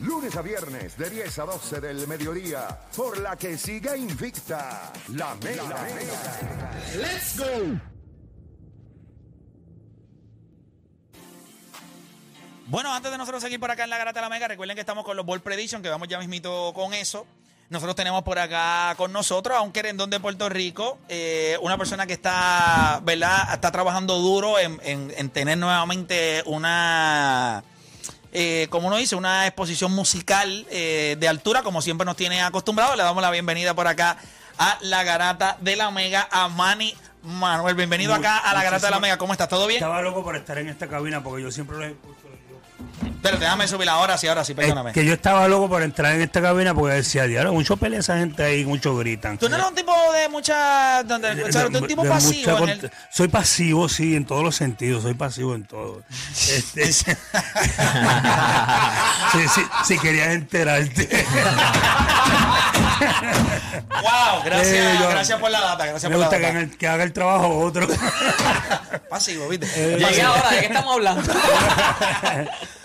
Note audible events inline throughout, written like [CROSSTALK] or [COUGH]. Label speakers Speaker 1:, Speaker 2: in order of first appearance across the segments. Speaker 1: Lunes a viernes de 10 a 12 del mediodía, por la que siga invicta la Mega.
Speaker 2: Let's go.
Speaker 3: Bueno, antes de nosotros seguir por acá en la Garata de la Mega, recuerden que estamos con los Ball Prediction, que vamos ya mismito con eso. Nosotros tenemos por acá con nosotros a un querendón de Puerto Rico, eh, una persona que está, ¿verdad? Está trabajando duro en, en- en tener nuevamente una, eh, como uno dice, una exposición musical eh, de altura, como siempre nos tiene acostumbrados. Le damos la bienvenida por acá a la Garata de la Mega, a Manny Manuel. Bienvenido
Speaker 4: Muy-
Speaker 3: acá a la Garata de la
Speaker 4: muchísimas-
Speaker 3: Mega. ¿Cómo estás? ¿Todo bien?
Speaker 4: Estaba loco por estar en esta cabina porque yo siempre lo escucho.
Speaker 3: Pero déjame subir ahora, sí, ahora sí, perdóname.
Speaker 4: Es que yo estaba loco por entrar en esta cabina porque decía, diablo, mucho pelea esa gente ahí, mucho gritan.
Speaker 3: Tú no eres un tipo de mucha. donde- o sea, tú eres un tipo
Speaker 4: De
Speaker 3: pasivo.
Speaker 4: mucha
Speaker 3: en
Speaker 4: cont-
Speaker 3: el-
Speaker 4: Soy pasivo, sí, en todos los sentidos, soy pasivo en todo.
Speaker 3: [LAUGHS]
Speaker 4: Este, [LAUGHS] sí, sí, si querías enterarte.
Speaker 3: ¡Wow! Gracias,
Speaker 4: Eh, yo-
Speaker 3: gracias por la data. Gracias
Speaker 4: Me
Speaker 3: por la data.
Speaker 4: gusta que, haga el- que haga el trabajo otro.
Speaker 3: Pasivo, ¿viste?
Speaker 4: Eh,
Speaker 3: eh.
Speaker 5: Llegué
Speaker 3: Pasivo.
Speaker 5: ahora, ¿de qué estamos hablando?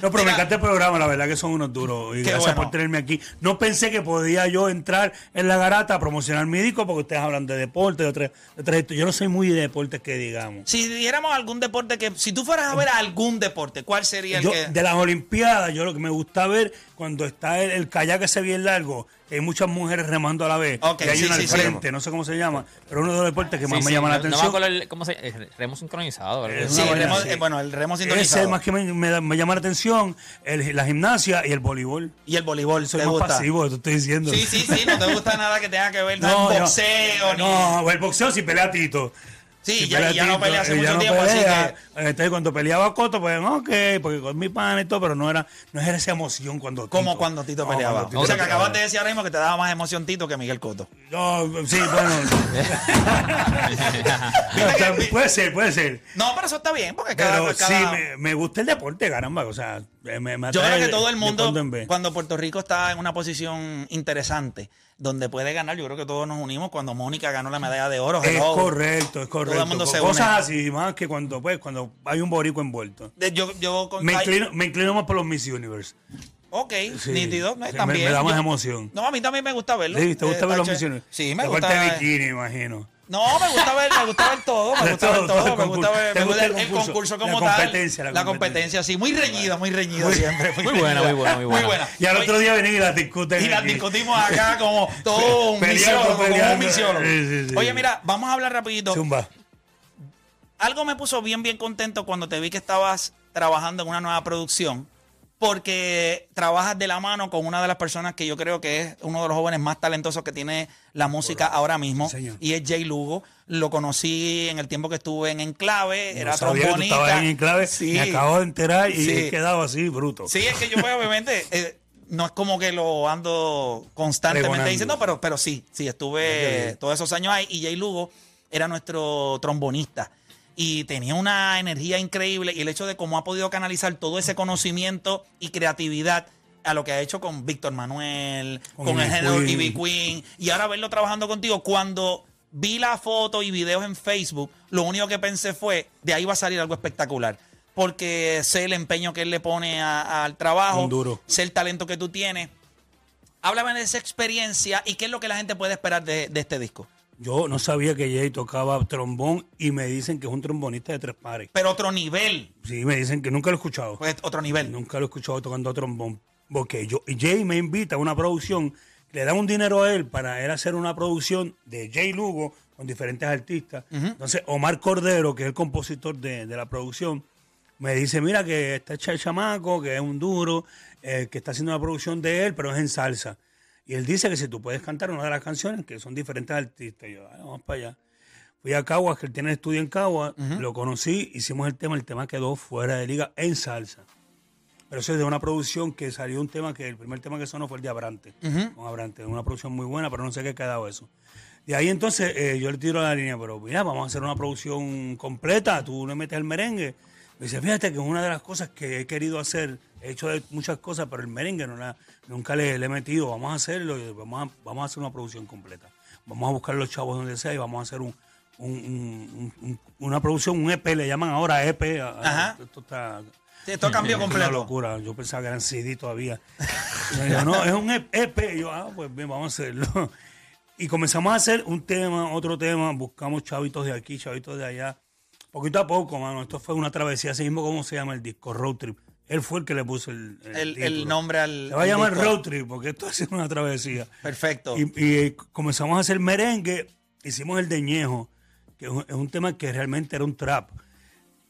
Speaker 4: No, pero me encanta el programa, la verdad que son unos duros. Y
Speaker 3: Qué
Speaker 4: gracias
Speaker 3: bueno.
Speaker 4: por tenerme aquí. No pensé que podía yo entrar en la garata a promocionar mi disco porque ustedes hablan de deporte, de otras de otras historias. Yo no soy muy de deportes que digamos.
Speaker 3: Si dijéramos algún deporte que. Si tú fueras a ver algún deporte, ¿cuál sería el
Speaker 4: Yo,
Speaker 3: que.?
Speaker 4: de las Olimpiadas, yo lo que me gusta ver cuando está el, el kayak ese bien largo, que hay muchas mujeres remando a la vez.
Speaker 3: Ok,
Speaker 4: y hay
Speaker 3: sí,
Speaker 4: una
Speaker 3: sí,
Speaker 4: al
Speaker 3: sí.
Speaker 4: frente, no sé cómo se llama, pero uno de los deportes que más
Speaker 5: Sí,
Speaker 4: me
Speaker 5: sí,
Speaker 4: llama la
Speaker 5: no- no me
Speaker 4: atención.
Speaker 5: acuerdo el- ¿Cómo se eh, Remo sincronizado. algo
Speaker 4: Es
Speaker 5: así.
Speaker 3: Sí,
Speaker 4: una
Speaker 3: el remo,
Speaker 4: vaina,
Speaker 3: eh,
Speaker 4: sí.
Speaker 3: bueno, el remo
Speaker 4: Ese
Speaker 3: sintonizado.
Speaker 4: es más que me, me da- me llama la atención, el- la gimnasia y el voleibol.
Speaker 3: Y el voleibol,
Speaker 4: Soy
Speaker 3: ¿te
Speaker 4: más
Speaker 3: gusta?
Speaker 4: pasivo, te estoy diciendo.
Speaker 3: Sí, sí, sí, no te gusta nada que tenga que ver
Speaker 4: [LAUGHS]
Speaker 3: con
Speaker 4: yo-
Speaker 3: boxeo ni.
Speaker 4: No, el boxeo sí pelea Tito.
Speaker 3: Sí,
Speaker 4: Sí
Speaker 3: ya, y ya no
Speaker 4: Tito,
Speaker 3: pelea hace
Speaker 4: y
Speaker 3: mucho
Speaker 4: ya no
Speaker 3: tiempo, así
Speaker 4: pelea. Eh,
Speaker 3: que.
Speaker 4: Entonces, cuando peleaba Coto, pues, ok, porque con mi pan y todo, pero no era, no era esa emoción cuando
Speaker 3: Como cuando Tito
Speaker 4: No,
Speaker 3: peleaba.
Speaker 4: cuando Tito
Speaker 3: o sea, que
Speaker 4: peleaba.
Speaker 3: acabas de decir ahora mismo que te daba más emoción Tito que Miguel Cotto.
Speaker 4: No, sí,
Speaker 3: [LAUGHS]
Speaker 4: bueno. O sea, puede ser, puede ser.
Speaker 3: No, pero eso está bien, porque cada.
Speaker 4: Pero sí,
Speaker 3: cada-
Speaker 4: me, me gusta el deporte, caramba. O sea, me, me
Speaker 3: Yo
Speaker 4: atrae
Speaker 3: creo que todo el
Speaker 4: de
Speaker 3: mundo,
Speaker 4: cuando en vez.
Speaker 3: cuando Puerto Rico está en una posición interesante, donde puede ganar, yo creo que todos nos unimos cuando Mónica ganó la medalla de oro.
Speaker 4: Es
Speaker 3: hello.
Speaker 4: correcto, es correcto.
Speaker 3: mundo se
Speaker 4: Cosas así, más que cuando, pues, cuando hay un borico envuelto.
Speaker 3: De- Yo, yo con-
Speaker 4: Me
Speaker 3: ay,
Speaker 4: inclino, me inclino más por los Miss Universe.
Speaker 3: Ok,
Speaker 4: Sí,
Speaker 3: nítido. no,
Speaker 4: sí, me-
Speaker 3: también.
Speaker 4: me da más
Speaker 3: Yo-
Speaker 4: emoción.
Speaker 3: No, a mí también me gusta verlo.
Speaker 4: Sí, ¿Te
Speaker 3: Eh,
Speaker 4: gusta
Speaker 3: está
Speaker 4: ver los
Speaker 3: chévere.
Speaker 4: misiones?
Speaker 3: Sí, me
Speaker 4: La
Speaker 3: gusta.
Speaker 4: parte de bikini, imagino.
Speaker 3: No, me gusta ver, me gusta ver todo, me
Speaker 4: [LAUGHS] De
Speaker 3: gusta ver todo,
Speaker 4: todo, todo el
Speaker 3: me gusta
Speaker 4: concurso.
Speaker 3: ver
Speaker 4: ¿Te
Speaker 3: me
Speaker 4: gusta
Speaker 3: gusta
Speaker 4: el
Speaker 3: el
Speaker 4: concurso?
Speaker 3: concurso
Speaker 4: La
Speaker 3: como
Speaker 4: competencia,
Speaker 3: tal.
Speaker 4: la
Speaker 3: La competencia, sí, muy reñida, muy reñida siempre.
Speaker 5: muy buena, muy buena, muy buena.
Speaker 4: Y al
Speaker 3: Muy-
Speaker 4: otro día venir y las discuten.
Speaker 3: Y las
Speaker 4: aquí.
Speaker 3: discutimos acá como todo un
Speaker 4: Peleando,
Speaker 3: misiólogo, como un
Speaker 4: peleando.
Speaker 3: misiólogo.
Speaker 4: Sí, sí, sí.
Speaker 3: Oye, mira, vamos a hablar rapidito.
Speaker 4: Zumba.
Speaker 3: Algo me puso bien, bien contento cuando te vi que estabas trabajando en una nueva producción, porque trabajas de la mano con una de las personas que yo creo que es uno de los jóvenes más talentosos que tiene la música ahora mismo,
Speaker 4: Señor.
Speaker 3: y es Jay Lugo. Lo conocí en el tiempo que estuve en Enclave,
Speaker 4: No
Speaker 3: era
Speaker 4: sabía que tú
Speaker 3: trombonista.
Speaker 4: estabas en clave.
Speaker 3: Sí.
Speaker 4: Me acabo de enterar y
Speaker 3: Sí.
Speaker 4: he quedado así, bruto.
Speaker 3: Sí, es que yo pues, obviamente eh, no es como que lo ando constantemente
Speaker 4: Pregonando.
Speaker 3: diciendo, pero, pero sí, sí, estuve todos esos años ahí y Jay Lugo era nuestro trombonista y tenía una energía increíble y el hecho de cómo ha podido canalizar todo ese conocimiento y creatividad a lo que ha hecho con Víctor Manuel, con,
Speaker 4: Con
Speaker 3: el
Speaker 4: Ivy
Speaker 3: género
Speaker 4: Queen.
Speaker 3: Ivy Queen y ahora verlo trabajando contigo cuando vi la foto y videos en Facebook, lo único que pensé fue, de ahí va a salir algo espectacular. Porque sé el empeño que él le pone a- al trabajo,
Speaker 4: Un duro.
Speaker 3: sé el talento que tú tienes. Háblame de esa experiencia y qué es lo que la gente puede esperar de, de este disco.
Speaker 4: Yo no sabía que Jay tocaba trombón y me dicen que es un trombonista de tres pares.
Speaker 3: Pero otro nivel,
Speaker 4: Sí, me dicen que nunca lo he escuchado.
Speaker 3: pues otro nivel.
Speaker 4: Nunca lo he escuchado tocando trombón. porque yo, Jay me invita a una producción, le da un dinero a él para él hacer una producción de Jay Lugo con diferentes artistas. Entonces, Omar Cordero, que es el compositor de, de la producción, me dice, mira que está hecho el chamaco, que es un duro, eh, que está haciendo una producción de él, pero es en salsa. Y él dice que si tú puedes cantar una de las canciones, que son diferentes artistas. Y yo, "Dale, vamos para allá. Fui a Caguas, que él tiene estudio en Caguas, lo conocí, hicimos el tema, el tema quedó fuera de liga en salsa. Pero eso es de una producción que salió un tema que el primer tema que sonó fue el de Abrante. Con Abrante, una producción muy buena, pero no sé qué ha quedado eso. Y ahí entonces eh, yo le tiro la línea, pero mira, vamos a hacer una producción completa, tú le metes el merengue. Me dice, fíjate que una de las cosas que he querido hacer, he hecho de- muchas cosas, pero el merengue no la- nunca le, le he metido, vamos a hacerlo, y vamos a, vamos a hacer una producción completa. Vamos a buscar los chavos donde sea y vamos a hacer un, un- un- un- un- una producción, un EP, le llaman ahora EP. a- a-
Speaker 3: Ajá.
Speaker 4: Esto está,
Speaker 3: Sí, esto
Speaker 4: [LAUGHS]
Speaker 3: cambió
Speaker 4: es una
Speaker 3: completo.
Speaker 4: locura. Yo pensaba que eran CD todavía. Me dijo, no, es un EP. Yo, ah, pues bien, vamos a hacerlo. Y comenzamos a hacer un tema, otro tema. Buscamos chavitos de aquí, chavitos de allá. Poquito a poco, mano. Esto fue una travesía. Así mismo, ¿cómo se llama el disco? Road Trip. Él fue el que le puso el,
Speaker 3: El,
Speaker 4: título.
Speaker 3: el nombre al.
Speaker 4: Se va a
Speaker 3: al
Speaker 4: llamar
Speaker 3: disco.
Speaker 4: Road Trip porque esto [LAUGHS] es una travesía.
Speaker 3: Perfecto.
Speaker 4: Y, y, eh, comenzamos a hacer merengue, hicimos el de Ñejo, que es un, es un tema que realmente era un trap.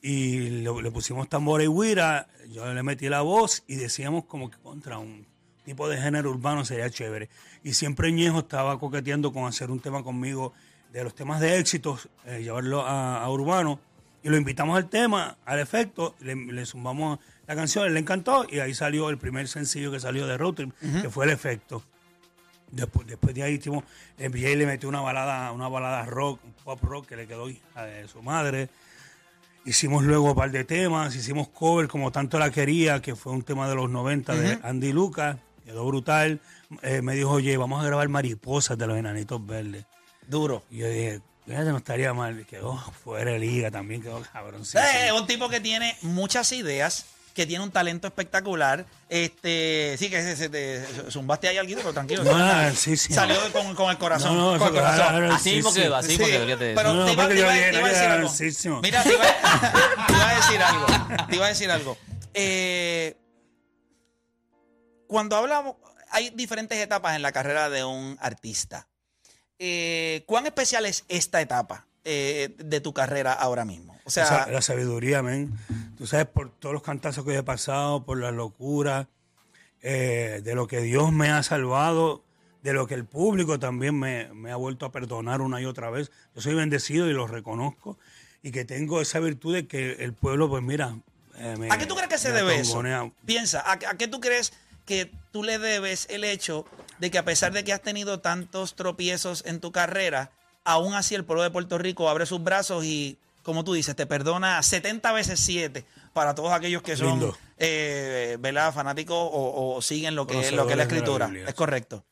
Speaker 4: Y lo- le pusimos tambora y guira, yo le metí la voz y decíamos como que contra un tipo de género urbano sería chévere. Y siempre Ñejo estaba coqueteando con hacer un tema conmigo de los temas de éxitos, eh, llevarlo a, a urbano. Y lo invitamos al tema, al efecto, le, le sumamos la canción, le encantó y ahí salió el primer sencillo que salió de Road Trip, que fue el efecto. Después, después de ahí hicimos, el VJ le metió una balada, una balada rock, un pop rock que le quedó hija de su madre. Hicimos luego un par de temas, hicimos cover como tanto la quería, que fue un tema de los 90 de Andy Lucas, quedó brutal. Eh, me dijo, oye, vamos a grabar mariposas de los enanitos verdes.
Speaker 3: Duro.
Speaker 4: Y yo dije, fíjate, no estaría mal. Quedó fuera de liga también, quedó cabroncito.
Speaker 3: Eh, un tipo que tiene muchas ideas, que tiene un talento espectacular. Este, sí, que se, se te zumbaste ahí algo, pero tranquilo.
Speaker 4: No, no, sí, sí.
Speaker 3: Salió con, con el corazón.
Speaker 4: No, no,
Speaker 3: con el
Speaker 4: eso-
Speaker 3: corazón.
Speaker 4: ahora- ahora
Speaker 5: Así mismo
Speaker 4: sí,
Speaker 5: quedó,
Speaker 4: sí.
Speaker 5: así mismo
Speaker 3: Sí,
Speaker 5: quedó. fíjate.
Speaker 3: Pero
Speaker 4: No,
Speaker 3: te iba,
Speaker 4: porque
Speaker 3: te
Speaker 4: yo
Speaker 3: iba-
Speaker 4: dije,
Speaker 3: te iba a
Speaker 4: yo
Speaker 3: decir
Speaker 4: era
Speaker 3: algo.
Speaker 4: rancísimo.
Speaker 3: Mira, te iba,
Speaker 4: [LAUGHS]
Speaker 3: te iba a decir algo. Te iba a decir algo. Eh, cuando hablamos, hay diferentes etapas en la carrera de un artista. Eh, ¿Cuán especial es esta etapa eh, de tu carrera ahora mismo? O sea,
Speaker 4: Esa- la sabiduría, men. Tú sabes, por todos los cantazos que yo he pasado, por las locuras, eh, de lo que Dios me ha salvado, de lo que el público también me, me ha vuelto a perdonar una y otra vez. Yo soy bendecido y lo reconozco y que tengo esa virtud de que el pueblo, pues mira... eh, me-
Speaker 3: ¿A qué tú crees que se
Speaker 4: me
Speaker 3: debe eso?
Speaker 4: atongonea.
Speaker 3: Piensa, ¿a, a qué tú crees que tú le debes el hecho de que a pesar de que has tenido tantos tropiezos en tu carrera, aún así el pueblo de Puerto Rico abre sus brazos y, como tú dices, te perdona 70 veces 7 para todos aquellos que son
Speaker 4: Lindo.
Speaker 3: eh, ¿verdad? fanáticos o, o siguen lo que, lo que es la
Speaker 4: Conocedores de la
Speaker 3: escritura.
Speaker 4: Biblia.
Speaker 3: es correcto.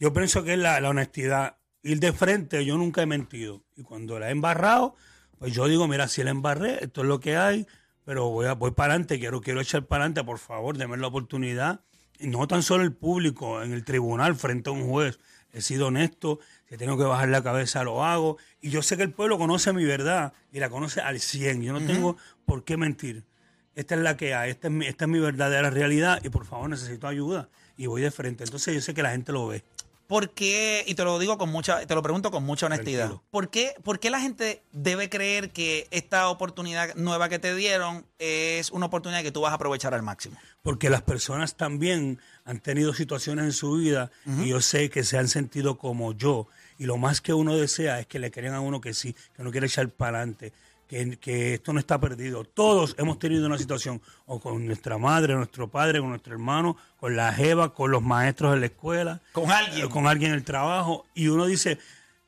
Speaker 4: Yo pienso que es la, la honestidad. Ir de frente, yo nunca he mentido. Y cuando la he embarrado, pues yo digo, mira, si la embarré, esto es lo que hay, pero voy, a- voy para adelante, quiero, quiero echar para adelante, por favor, denme la oportunidad. Y no tan solo el público, en el tribunal, frente a un juez. He sido honesto, si tengo que bajar la cabeza, lo hago. Y yo sé que el pueblo conoce mi verdad y la conoce al 100. Yo no tengo por qué mentir. Esta es la que hay, esta es, mi, esta es mi verdadera realidad y por favor necesito ayuda. Y voy de frente. Entonces yo sé que la gente lo ve.
Speaker 3: ¿Por qué, y te lo digo con mucha, te lo pregunto con mucha honestidad,
Speaker 4: Tranquilo.
Speaker 3: ¿por qué, por qué la gente debe creer que esta oportunidad nueva que te dieron es una oportunidad que tú vas a aprovechar al máximo?
Speaker 4: porque las personas también han tenido situaciones en su vida y yo sé que se han sentido como yo. Y lo más que uno desea es que le crean a uno que sí, que uno quiere echar para adelante, que, que esto no está perdido. Todos hemos tenido una situación, o con nuestra madre, nuestro padre, con nuestro hermano, con la jeva, con los maestros de la escuela.
Speaker 3: Con alguien.
Speaker 4: eh, Con alguien en el trabajo. Y uno dice,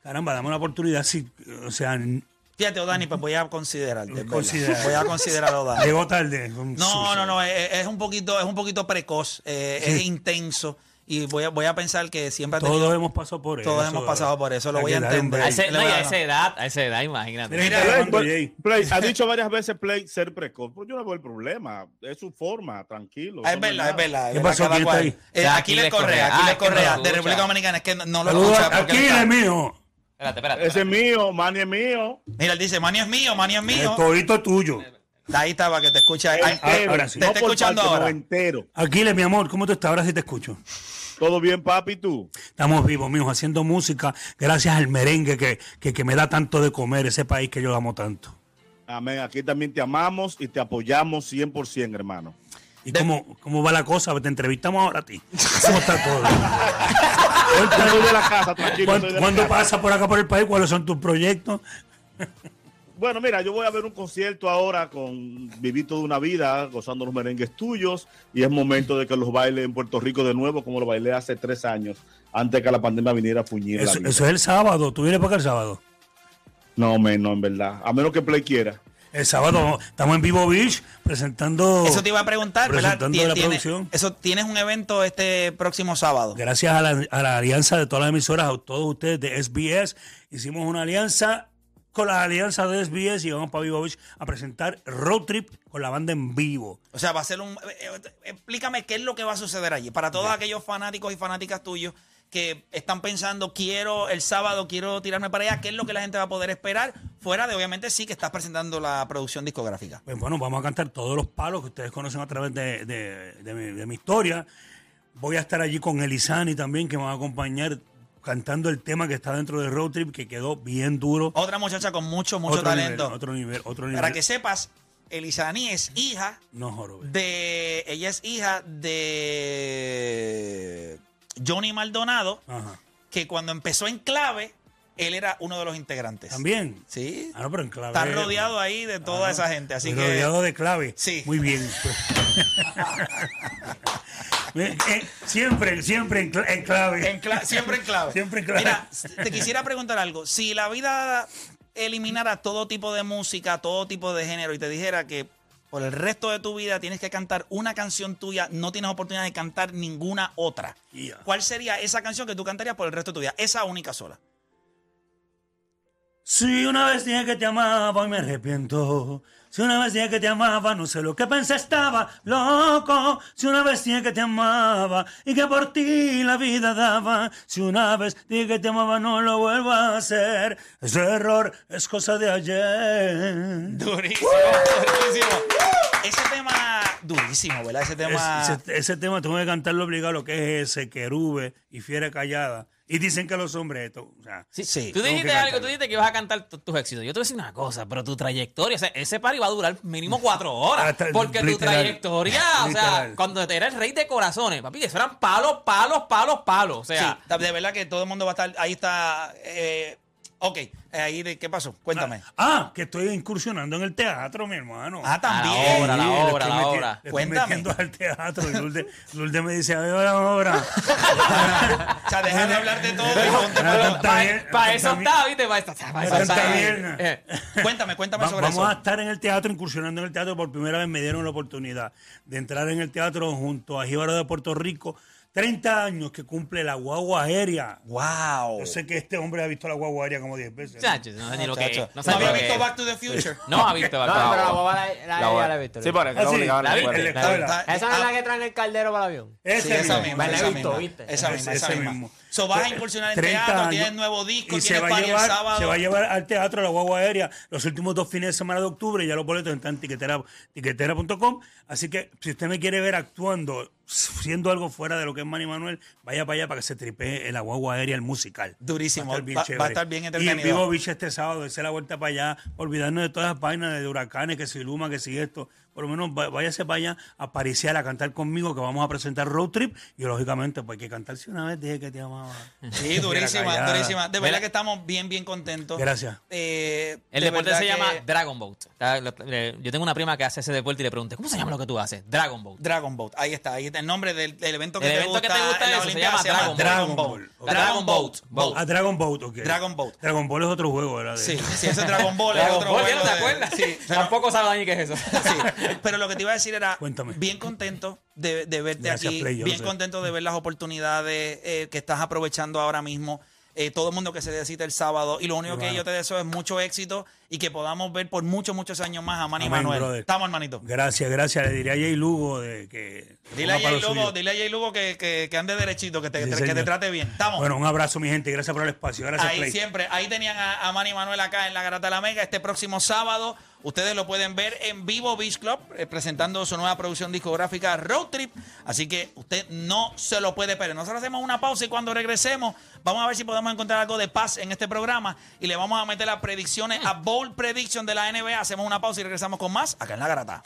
Speaker 4: caramba, dame una oportunidad. Sí, o sea, n-
Speaker 3: Fíjate, Odani, pues voy a considerarte. ¿verdad?
Speaker 4: Considera.
Speaker 3: Voy a considerar
Speaker 4: [LAUGHS]
Speaker 3: a Odani.
Speaker 4: llegó tarde.
Speaker 3: No, no, no, es, es un poquito, es un poquito precoz, eh, es intenso y voy a, voy a pensar que siempre ha tenido-
Speaker 4: Todos hemos pasado por eso.
Speaker 3: Todos hemos pasado por eso, lo
Speaker 4: Hay
Speaker 3: voy a
Speaker 4: que darle un
Speaker 3: entender.
Speaker 5: A,
Speaker 4: break.
Speaker 5: ese-
Speaker 3: Le
Speaker 5: no, y
Speaker 3: voy a
Speaker 5: a
Speaker 3: dar.
Speaker 5: esa edad, a esa edad, imagínate. [LAUGHS]
Speaker 4: Mira,
Speaker 6: Play,
Speaker 4: Hablando,
Speaker 6: Play,
Speaker 4: Jay.
Speaker 6: Play,
Speaker 4: [LAUGHS]
Speaker 6: ha dicho varias veces Play ser precoz, pero yo no veo el problema. Es su forma, tranquilo.
Speaker 3: Ah, es
Speaker 6: eso no
Speaker 3: verdad, es
Speaker 6: nada.
Speaker 3: verdad. es
Speaker 4: ¿Qué
Speaker 3: verdad,
Speaker 4: pasó?
Speaker 3: cada
Speaker 4: ¿Quién está
Speaker 3: cual.
Speaker 4: ahí?
Speaker 3: Eh, Aquiles
Speaker 5: Ah, Aquiles
Speaker 3: Correa,
Speaker 5: Correa.
Speaker 3: Aquiles
Speaker 5: Ah, es que no lo
Speaker 3: Correa, de
Speaker 5: escucha.
Speaker 3: República Dominicana, es que no, no lo
Speaker 4: Saludos
Speaker 3: escucha.
Speaker 4: a
Speaker 3: porque él está-
Speaker 4: Aquiles, mijo.
Speaker 5: Espérate, espérate.
Speaker 6: Ese es mío, Manny es mío.
Speaker 3: Mira, él dice, Mani es mío, Mani es mío.
Speaker 4: El todito es tuyo.
Speaker 3: Ahí está, para que te escuche. Ahí-
Speaker 6: Entero,
Speaker 4: Eh, Ah, ahora sí.
Speaker 3: Te está
Speaker 6: por
Speaker 3: escuchando
Speaker 6: parte, no,
Speaker 3: ahora.
Speaker 6: entero.
Speaker 4: Aquiles, mi amor, ¿cómo tú estás? Ahora sí te escucho.
Speaker 6: Todo bien, papi, tú.
Speaker 4: Estamos vivos, mijo, haciendo música gracias al merengue que, que, que me da tanto de comer, ese país que yo amo tanto.
Speaker 6: Amén. Aquí también te amamos y te apoyamos 100%, hermano.
Speaker 4: ¿Y cómo, cómo va la cosa? Te entrevistamos ahora a ti. ¿Cómo está todo?
Speaker 6: Estoy de la casa, tranquilo.
Speaker 4: ¿Cuándo,
Speaker 6: estoy de la
Speaker 4: cuándo
Speaker 6: casa.
Speaker 4: pasas por acá por el país? ¿Cuáles son tus proyectos?
Speaker 6: Bueno, mira, yo voy a ver un concierto ahora con Vivito de una vida, gozando los merengues tuyos, y es momento de que los baile en Puerto Rico de nuevo, como lo bailé hace tres años, antes que la pandemia viniera a fuñir. la
Speaker 4: Eso,
Speaker 6: vida.
Speaker 4: eso es el sábado. ¿Tú vienes para acá el sábado?
Speaker 6: No, men, no, en verdad. A menos que Play quiera.
Speaker 4: El sábado estamos en Vivo Beach presentando.
Speaker 3: Eso te iba a preguntar, ¿verdad?
Speaker 4: Presentando
Speaker 3: Tien-
Speaker 4: la
Speaker 3: tiene-
Speaker 4: producción.
Speaker 3: eso, tienes un evento este próximo sábado.
Speaker 4: Gracias a la, a la alianza de todas las emisoras, a todos ustedes de SBS, hicimos una alianza con la alianza de SBS y vamos para Vivo Beach a presentar Road Trip con la banda en vivo.
Speaker 3: O sea, va a ser un. eh, eh, Explícame qué es lo que va a suceder allí. Para todos aquellos fanáticos y fanáticas tuyos que están pensando, quiero el sábado, quiero tirarme para allá, ¿qué es lo que la gente va a poder esperar? Fuera de, obviamente, sí que estás presentando la producción discográfica.
Speaker 4: Pues bueno, vamos a cantar todos los palos que ustedes conocen a través de, de- de mi, de mi historia. Voy a estar allí con Elizani también, que me va a acompañar cantando el tema que está dentro de Road Trip, que quedó bien duro.
Speaker 3: Otra muchacha con mucho, Oh, mucho
Speaker 4: Otro nivel,
Speaker 3: talento.
Speaker 4: otro nivel, otro nivel.
Speaker 3: Para que sepas, Elizani es hija
Speaker 4: No, jorobe.
Speaker 3: de. Ella es hija de. Johnny Maldonado,
Speaker 4: Ajá.
Speaker 3: que cuando empezó en clave, él era uno de los integrantes.
Speaker 4: ¿También?
Speaker 3: Sí.
Speaker 4: Ah, no, pero en clave.
Speaker 3: Estás rodeado ahí de toda esa gente, así
Speaker 4: Estoy
Speaker 3: que-
Speaker 4: pues Rodeado de clave.
Speaker 3: Sí.
Speaker 4: Muy bien. pues.
Speaker 3: [LAUGHS]
Speaker 4: Eh, eh, siempre, siempre en, cla- en clave.
Speaker 3: En cla- siempre en clave.
Speaker 4: Siempre en clave.
Speaker 3: Mira, te quisiera preguntar algo. Si la vida eliminara todo tipo de música, todo tipo de género y te dijera que por el resto de tu vida tienes que cantar una canción tuya, no tienes oportunidad de cantar ninguna otra.
Speaker 4: Yeah.
Speaker 3: ¿Cuál sería esa canción que tú cantarías por el resto de tu vida? Esa única
Speaker 4: [LAUGHS]
Speaker 3: sola.
Speaker 4: Si una vez dije que te amaba y me arrepiento. Si una vez dije que te amaba, no sé lo que pensé, estaba loco. Si una vez dije que te amaba y que por ti la vida daba. Si una vez dije que te amaba, no lo vuelvo a hacer. Ese error es cosa de ayer.
Speaker 3: Durísimo, durísimo. Ese tema, durísimo, ¿verdad? Ese tema.
Speaker 4: Es- ese, ese tema tengo que cantarlo obligado, lo que es ese, querube y fiera callada. Y dicen que los hombres, esto, o sea,
Speaker 5: Sí,
Speaker 3: Sí,
Speaker 5: tú
Speaker 4: tengo que
Speaker 5: dijiste algo,
Speaker 4: cantarlo.
Speaker 5: tú dijiste que ibas a cantar tu- tus éxitos. Yo te voy a decir una cosa, pero tu trayectoria, o sea, ese party va a durar mínimo
Speaker 4: [LAUGHS]
Speaker 5: cuatro horas.
Speaker 4: Hasta-
Speaker 5: porque tu
Speaker 4: Ah, literal.
Speaker 5: trayectoria, o sea,
Speaker 4: Literal.
Speaker 5: cuando te era el rey de corazones, papi, eso eran palos, palos, palos, palos. O sea,
Speaker 3: Sí, de verdad que todo el mundo va a estar. Ahí está. eh, ok, eh, ahí de, ¿qué pasó? Cuéntame.
Speaker 4: Ah, que estoy incursionando en el teatro, mi hermano.
Speaker 3: Ah,
Speaker 5: A la
Speaker 3: también.
Speaker 5: obra, la
Speaker 4: Sí, le
Speaker 5: obra,
Speaker 4: estoy
Speaker 5: la
Speaker 4: meti-
Speaker 5: obra.
Speaker 4: le estoy
Speaker 3: Cuéntame.
Speaker 4: metiendo al teatro. Y Lourdes, Lourdes me dice, a ver la
Speaker 5: [LAUGHS]
Speaker 4: obra.
Speaker 3: O sea, deja de hablar de todo. y ponte-
Speaker 4: Ah, está bien,
Speaker 5: para
Speaker 4: está
Speaker 5: eso
Speaker 4: bien.
Speaker 5: está, viste, para eso está. pa' eso
Speaker 4: Está
Speaker 5: está.
Speaker 4: bien.
Speaker 5: Eh,
Speaker 3: Cuéntame, cuéntame
Speaker 4: Va-
Speaker 3: sobre
Speaker 4: vamos
Speaker 3: eso.
Speaker 4: a estar en el teatro, incursionando en el teatro. Por primera vez me dieron la oportunidad de entrar en el teatro junto a Jíbaro de Puerto Rico. 30 años que cumple la guagua aérea.
Speaker 3: Wow.
Speaker 4: Yo
Speaker 5: Oh.
Speaker 4: sé que este hombre ha visto la guagua aérea como 10 veces. ¿no?
Speaker 5: Chacho, no sé ni lo que es.
Speaker 3: No,
Speaker 5: No sé ni
Speaker 3: había
Speaker 5: lo que
Speaker 3: visto
Speaker 5: es.
Speaker 3: Back to the Future.
Speaker 5: No ha visto Back
Speaker 7: No,
Speaker 5: to
Speaker 7: no,
Speaker 5: the
Speaker 7: pero la
Speaker 5: Future.
Speaker 7: boba la, la,
Speaker 8: La
Speaker 7: la,
Speaker 8: boba-
Speaker 7: la he visto.
Speaker 8: Sí, por eso
Speaker 4: Ah,
Speaker 8: lo
Speaker 4: sí,
Speaker 8: obligado
Speaker 4: la
Speaker 8: la
Speaker 4: vi-
Speaker 8: puerta.
Speaker 4: en la
Speaker 8: Está
Speaker 3: Está-
Speaker 8: bien. bien.
Speaker 3: está-
Speaker 7: Esa no es
Speaker 3: ah,
Speaker 7: la que traen el caldero para el avión.
Speaker 3: Sí,
Speaker 4: Ese
Speaker 3: esa
Speaker 4: mismo.
Speaker 3: misma,
Speaker 7: Me la
Speaker 3: esa
Speaker 7: he visto,
Speaker 3: misma.
Speaker 7: ¿viste?
Speaker 3: Esa misma,
Speaker 4: Ese-
Speaker 3: esa
Speaker 4: ese
Speaker 3: misma.
Speaker 4: mismo.
Speaker 3: So, vas a incursionar en
Speaker 4: 30
Speaker 3: teatro,
Speaker 4: años.
Speaker 3: tienes nuevo disco,
Speaker 4: y se
Speaker 3: tienes
Speaker 4: va, a
Speaker 3: party
Speaker 4: llevar,
Speaker 3: el sábado.
Speaker 4: se va a llevar al teatro la guagua aérea los últimos dos fines de semana de octubre. Ya los boletos están en tiquetera- tiquetera.com. Así que si usted me quiere ver actuando, siendo algo fuera de lo que es Manny Manuel, vaya para allá para que se tripee en la guagua aérea el musical.
Speaker 3: Durísimo. Va- va a
Speaker 4: chévere.
Speaker 3: estar bien
Speaker 4: Y en
Speaker 3: entretenido.
Speaker 4: vivo bicho este sábado, ese la vuelta para allá, olvidarnos de todas las vainas de huracanes, que si Luma, que si esto. Por lo menos va- váyase para allá a pariciar, a cantar conmigo, que vamos a presentar Road Trip. Y lógicamente, pues hay que cantar si una vez dije que te amaba.
Speaker 3: Sí, durísima,
Speaker 4: Callada.
Speaker 3: durísima. De verdad que estamos bien, bien contentos.
Speaker 4: Gracias.
Speaker 3: Eh,
Speaker 5: El
Speaker 3: de
Speaker 5: deporte
Speaker 3: verdad
Speaker 5: se
Speaker 3: que-
Speaker 5: llama Dragon Boat. Está- lo- le- Yo tengo una prima que hace ese deporte y le pregunté, ¿cómo se llama lo que tú haces? Dragon Boat.
Speaker 3: Dragon Boat, ahí está, ahí está el nombre del, del evento que,
Speaker 5: El
Speaker 3: te,
Speaker 5: evento
Speaker 3: gusta,
Speaker 5: que te gusta
Speaker 3: en la
Speaker 5: eso se
Speaker 3: Olimpiada
Speaker 5: llama Dragon
Speaker 3: Dragon
Speaker 4: Ball.
Speaker 3: Ball.
Speaker 5: Dragon Boat.
Speaker 4: A Dragon Boat, ok.
Speaker 3: Dragon Boat.
Speaker 4: Dragon Ball es otro juego, ¿verdad? De-
Speaker 3: Sí, sí, ese es Dragon Ball es
Speaker 5: Dragon
Speaker 3: otro
Speaker 5: Ball, ¿ya
Speaker 3: juego
Speaker 5: ¿No te
Speaker 3: de-
Speaker 5: acuerdas?
Speaker 3: Sí, pero-
Speaker 5: Tampoco sabe Dani qué es eso.
Speaker 3: Sí, pero lo que te iba a decir era
Speaker 4: Cuéntame.
Speaker 3: bien contento de, de verte
Speaker 4: Gracias,
Speaker 3: aquí,
Speaker 4: Play, yo
Speaker 3: bien
Speaker 4: sé.
Speaker 3: contento de ver las oportunidades eh, que estás aprovechando ahora mismo. eh, todo el mundo que se necesita el sábado. Y lo único que
Speaker 4: Hermano.
Speaker 3: yo te deseo es mucho éxito y que podamos ver por muchos, muchos años más a Manny
Speaker 4: Amén,
Speaker 3: Manuel.
Speaker 4: brother.
Speaker 3: Estamos, hermanito.
Speaker 4: Gracias, gracias. Le diría a Jay Lugo de que. que
Speaker 3: Dile a,
Speaker 4: ponga para
Speaker 3: Jay
Speaker 4: lo
Speaker 3: Lugo,
Speaker 4: suyo.
Speaker 3: dile a Jay Lugo que, que- que ande derechito, que te,
Speaker 4: Sí,
Speaker 3: que te- que
Speaker 4: señor.
Speaker 3: te trate bien. Estamos.
Speaker 4: Bueno, un abrazo, mi gente. Gracias por el espacio. Gracias,
Speaker 3: Ahí
Speaker 4: Play.
Speaker 3: siempre, ahí tenían a, a Manny Manuel acá en la Garata de la Mega este próximo sábado. Ustedes lo pueden ver en vivo Beach Club eh, presentando su nueva producción discográfica Road Trip. Así que usted no se lo puede perder. Nosotros hacemos una pausa y cuando regresemos vamos a ver si podemos encontrar algo de paz en este programa y le vamos a meter las predicciones a Bold Prediction de la NBA. Hacemos una pausa y regresamos con más acá en La Garata.